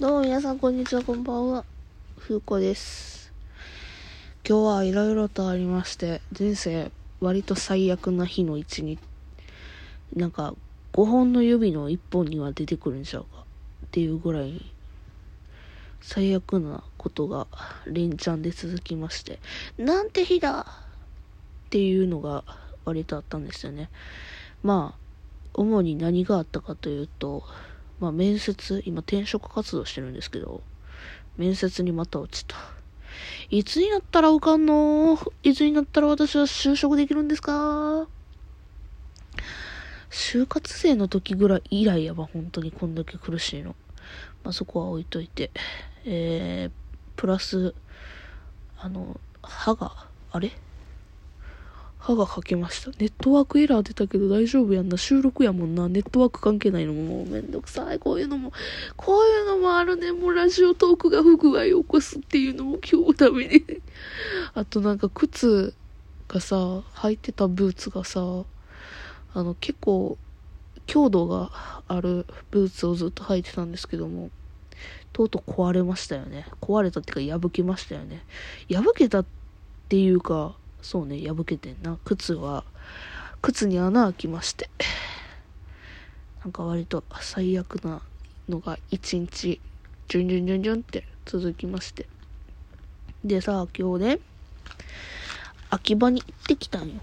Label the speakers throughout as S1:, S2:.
S1: どうも皆さん、こんにちは、こんばんは。ふうこです。今日はいろいろとありまして、人生割と最悪な日の一日。なんか、5本の指の1本には出てくるんちゃうか。っていうぐらい、最悪なことが連チャンで続きまして、なんて日だっていうのが割とあったんですよね。まあ、主に何があったかというと、まあ、面接、今転職活動してるんですけど、面接にまた落ちた。いつになったら受かんのいつになったら私は就職できるんですか就活生の時ぐらい以来やば、本当にこんだけ苦しいの。まあ、そこは置いといて。えー、プラス、あの、歯が、あれ歯が欠けました。ネットワークエラー出たけど大丈夫やんな。収録やもんな。ネットワーク関係ないのももうめんどくさい。こういうのも、こういうのもあるね。もうラジオトークが不具合を起こすっていうのも今日のために。 あとなんか靴がさ、履いてたブーツがさ、あの結構強度があるブーツをずっと履いてたんですけども、とうとう壊れましたよね。壊れたっていうか破けましたよね。破けたっていうか、そうね、破けてんな。靴は、靴に穴開きまして。なんか割と最悪なのが一日、じゅんじゅんじゅんじゅんって続きまして。でさ、今日ね、秋葉に行ってきたんよ。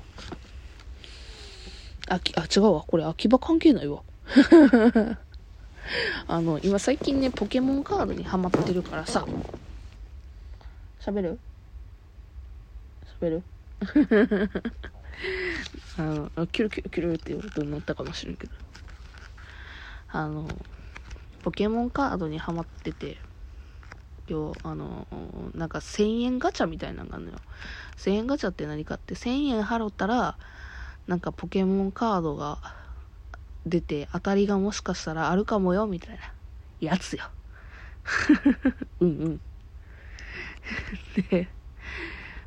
S1: 秋、あ、違うわ。これ秋葉関係ないわ。あの、今最近ね、ポケモンカードにハマってるからさ、喋る喋る あのあキュルキュルキュルっていう音になったかもしれんけどあのポケモンカードにはまってて今日あのなんか1000円ガチャみたいなのがあるのよ1000円ガチャって何かって1000円払ったらなんかポケモンカードが出て当たりがもしかしたらあるかもよみたいなやつよ うんうん で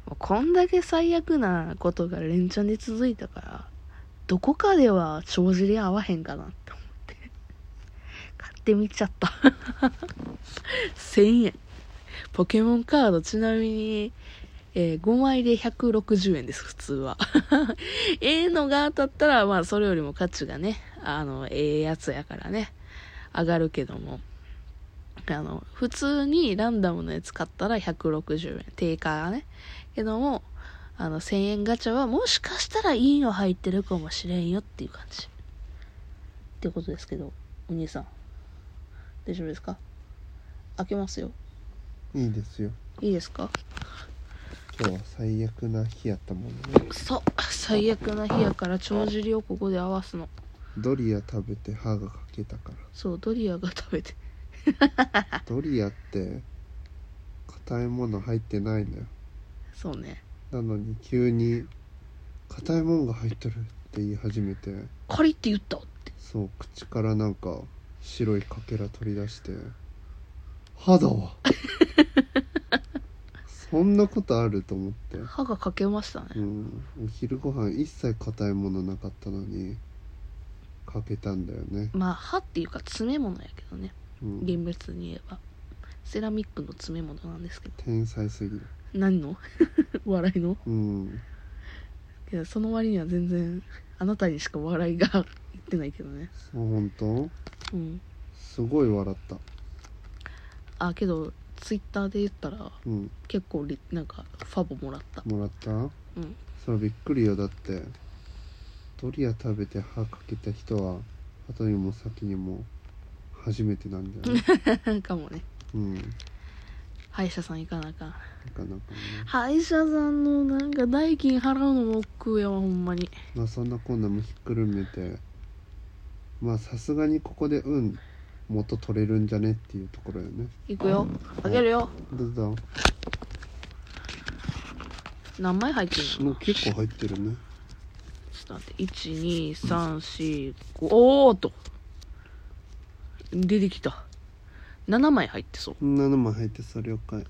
S1: もうこんだけ最悪なことが連チャンで続いたから、どこかでは帳尻合わへんかなって思って、買ってみちゃった。1000円。ポケモンカードちなみに、えー5枚で160円です、普通は。ええのが当たったら、まあそれよりも価値がね、あの、ええやつやからね、上がるけども。あの、普通にランダムのやつ買ったら160円。定価がね。けども、あの、1000円ガチャはもしかしたらいいの入ってるかもしれんよっていう感じ。ってことですけど、お兄さん。大丈夫ですか開けますよ。
S2: いいですよ
S1: いいですか
S2: 今日は最悪な日やったもんね
S1: くそ最悪な日やから帳尻をここで合わすの。
S2: ドリア食べて歯が欠けたか
S1: そう、ドリアが食べて。
S2: らドリアって硬いもの入ってないのよ
S1: そうね。
S2: なのに急に硬いもんが入ってるって言い始めて
S1: カリって言ったって。
S2: そう口からなんか白いかけら取り出して歯だわそんなことあると思って
S1: 歯が欠けましたね。
S2: うん、お昼ご飯一切硬いものなかったのにかけたんだよね、
S1: まあ、歯っていうか詰め物やけどね。
S2: うん、
S1: 厳密に言えばセラミックの詰め物なんですけど
S2: 天才すぎる
S1: 何の 笑いの
S2: うん
S1: けどその割には全然あなたにしか笑いが言ってないけどね
S2: そう本当
S1: うん
S2: すごい笑った
S1: あけどツイッターで言ったら
S2: うん
S1: 結構リなんかファボもらった
S2: もらった
S1: うん
S2: それびっくりよだってドリア食べて歯かけた人は後にも先にも初めてなんだよ ね
S1: かもね
S2: うんな
S1: 歯医者さん行かなあかん
S2: かなかね
S1: 歯医者さんのなんか代金払うのも億劫やわほんまに
S2: まあそんなこんなもひっくるめてまあさすがにここで運元取れるんじゃねっていうところよね
S1: 行くよあげるよ
S2: ど うぞ
S1: 何枚入ってるの
S2: もう結構入ってるね
S1: ちょっと待って、1、2、3、4、5、おーっと。出てきた。7枚入ってそう。
S2: 7枚入ってそれを買え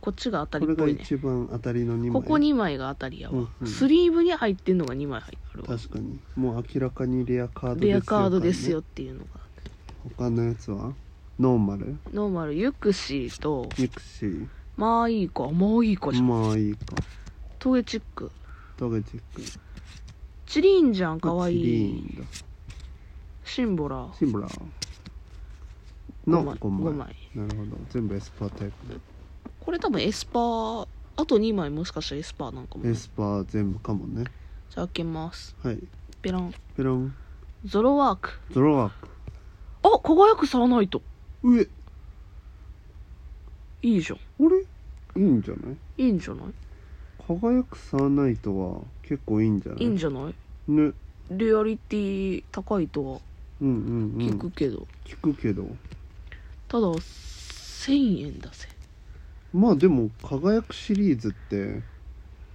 S1: こっちが当た
S2: こ
S1: り
S2: れ
S1: っぽ
S2: が
S1: いね。
S2: 一番当たりの2枚
S1: ここ2枚が当たりやわ、
S2: うんうん
S1: スリーブに入ってんのが2枚入ってるわ。
S2: 確かにもう明らかにレアカードです
S1: レ
S2: よ
S1: アカードですよ
S2: 感
S1: っていうのが。
S2: ね他のやつはノーマル
S1: ノーマルユクシーと
S2: ミクシー
S1: まあいい子もういい子じゃん
S2: まあいいか
S1: トゲチック
S2: トゲチック
S1: チリンじゃんかわい
S2: チリ
S1: い
S2: ーンだ
S1: シンボラ
S2: シンブラーの
S1: 五
S2: 5
S1: 枚
S2: 枚
S1: 五枚
S2: なるほど全部エスパータイプね
S1: これ多分エスパーあと2枚もしかしたらエスパーなんかもね、
S2: エ
S1: じ
S2: スパー全部かもね
S1: ゃあ開けます
S2: はい
S1: ペラン
S2: ペロン
S1: ゾロワーク
S2: ゾロワー
S1: あ輝くサーナイト
S2: ク上
S1: いいじゃん
S2: あれいいんじゃない
S1: いいんじゃない
S2: 輝くサーナイトは結構いいんじゃない
S1: いいんじゃない
S2: ね
S1: リアリティ高いとは
S2: うんうんうん
S1: 聞くけど、
S2: 聞くけど
S1: ただ1000円だぜ
S2: まあでも輝くシリーズって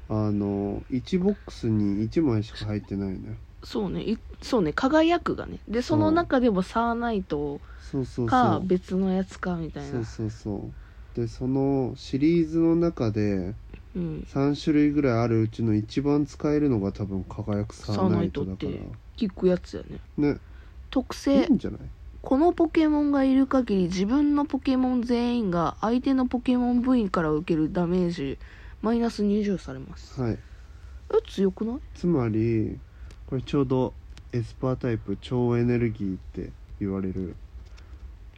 S2: あの1ボックスに1枚しか入ってないよね
S1: そうねいそうね輝くがねでその中でもサーナイト
S2: そうそうそ
S1: か
S2: う
S1: 別のやつかみたいな
S2: そうそうそうでそのシリーズの中で
S1: うん
S2: 3種類ぐらいあるうちの一番使えるのが多分輝くサーナイトだか
S1: サー
S2: ら
S1: ナイト聞くやつやね
S2: ね
S1: 特性
S2: いいんじゃない
S1: このポケモンがいる限り自分のポケモン全員が相手のポケモン部員から受けるダメージマイナス20されます
S2: はい
S1: え強くない
S2: つまりこれちょうどエスパータイプ超エネルギーって言われる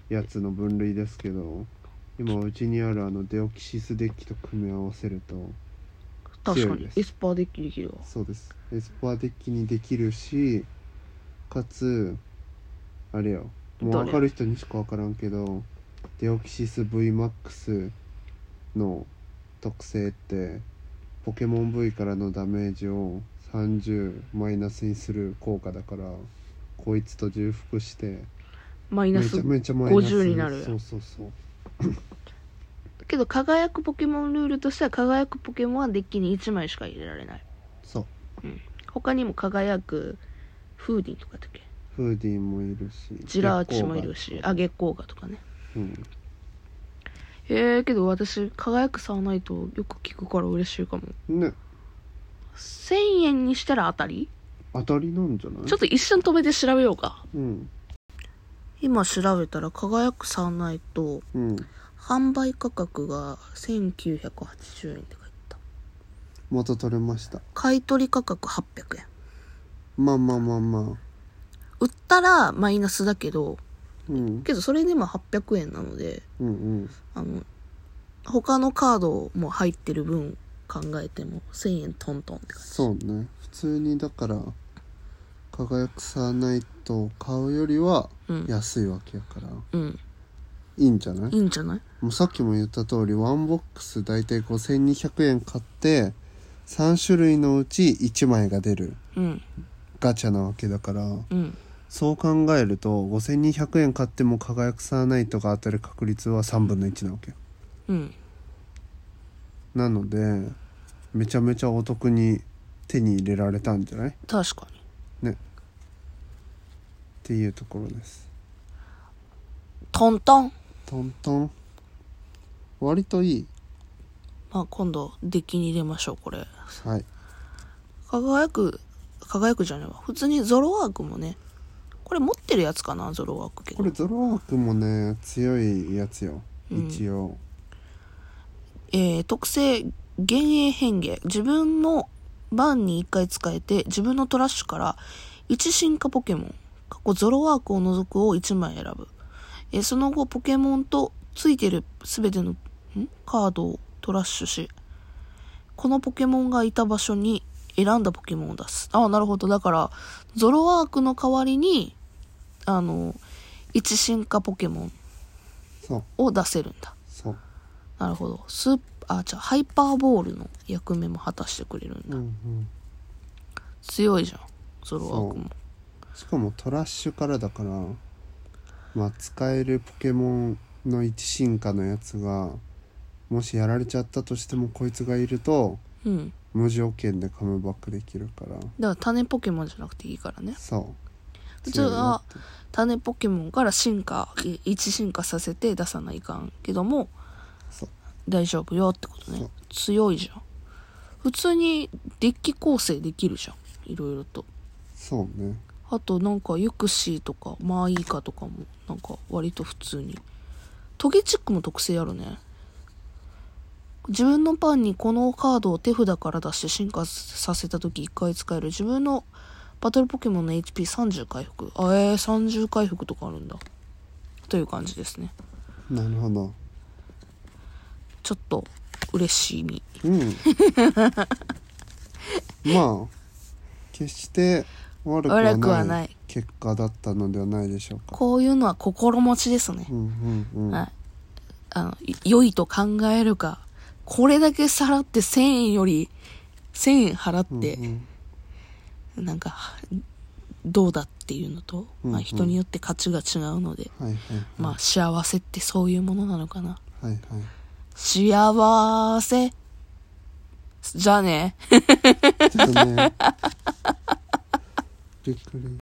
S2: やつの分類ですけど今うちにあるあのデオキシスデッキと組み合わせると
S1: 確か
S2: 強い
S1: に
S2: です
S1: エスパーデッキできるわ
S2: そうですエスパーデッキにできるしかつあれよもう分かる人にしか分からんけどデオキシス VMAX の特性ってポケモン V からのダメージを30マイナスにする効果だからこいつと重複して
S1: マイナ
S2: めち
S1: ス
S2: ゃめちゃマイナス
S1: 50になる
S2: そうそうそう
S1: けど輝くポケモンルールとしては輝くポケモンはデッキに1枚しか入れられない
S2: そう
S1: 他にも輝くフーディンとかだっけ
S2: フーディンもいるし
S1: ジラーチもいるしあ
S2: 月
S1: 月光河とかね
S2: 光がうん
S1: えー、けど私輝くサーナイトよく聞くから嬉しいかも
S2: ね
S1: 1000円にしたら当たり
S2: 当たりなんじゃない
S1: ちょっと一瞬止めて調べようか
S2: うん
S1: 今調べたら輝くサーナイト
S2: うん
S1: 販売価格が1980円って書いてた
S2: 元取れました
S1: 買い取り価格800円
S2: まあまあまあま
S1: 売ったらマイナスだけど
S2: あ、うん、
S1: けどそれでも800円なので
S2: うんうん
S1: あの他のカードも入ってる分考えても1000円トントンって感じ
S2: そうね普通にだから輝くサーナイトを買うよりは
S1: うん
S2: 安いわけやから、
S1: うん
S2: いいんじゃない
S1: いいんじゃない
S2: もうさっきも言った通りワンボックス大体5200円買って3種類のうち1枚が出る
S1: うん
S2: ガチャなわけだから
S1: うん
S2: そう考えると5200円買っても輝くサーナイトが当たる確率は3分の1なわけ
S1: うん
S2: なのでめちゃめちゃお得に手に入れられたんじゃないっ
S1: 確かに
S2: ていうところです
S1: トントン
S2: トントン割といい
S1: まあ今度デッキに入れましょうこれ
S2: はい
S1: 輝く輝くじゃねえわ普通にゾロワークもねこれ持ってるやつかなゾロワークけ
S2: こ
S1: ど
S2: れゾロワークもね強いやつよ、
S1: うん
S2: 一応
S1: えー、特性幻影変化自分の番に1回使えて自分のトラッシュから1進化ポケモン過去ゾロワークを除くを1枚選ぶ、えーその後ポケモンとついてる全てのんカードをトラッシュしこのポケモンがいた場所に選んだポケモンを出すああなるほどだからゾロワークの代わりにあの1進化ポケモン
S2: そう
S1: を出せるんだ
S2: そう
S1: なるほど。スーパー、じゃハイパーボールの役目も果たしてくれるん
S2: う
S1: だ。
S2: んうん
S1: 強いじゃん、ゾロワークも。
S2: しかもトラッシュからだからまあ使えるポケモンの一進化のやつがもしやられちゃったとしてもこいつがいると
S1: うん。
S2: 無条件でカムバックできるから
S1: だから種ポケモンじゃなくていいからね。
S2: そう
S1: 普通は種ポケモンから進化、い一進化させて出さないかんけども、
S2: そう
S1: 大丈夫よってこと
S2: そ
S1: ね
S2: う。
S1: 強いじゃん。普通にデッキ構成できるじゃん。いろいろと。
S2: そうね
S1: あとなんかユクシーとかマーイーカとかもなんか割と普通にトゲチックも特性あるね自分のパンにこのカードを手札から出して進化させた時1回使える自分のバトルポケモンの HP30 回復あえー、30回復とかあるんだという感じですね
S2: なるほど
S1: ちょっと嬉しいみ
S2: うん まあ決して悪くはない
S1: 悪くはない
S2: 結果だったのではないでしょうか
S1: こういうのは心持ちですね
S2: う、んうんうん、
S1: はいあのい良いと考えるかこれだけさらって1000円より1000円払
S2: う
S1: っ
S2: ん
S1: て、
S2: うん
S1: なんかどうだっていうのと、
S2: うんうん
S1: まあ、人によって価値が違うので、
S2: はいはい
S1: まあ幸せってそういうものなのかな
S2: はいはい
S1: 幸せじゃあね
S2: ちょっとねびっくり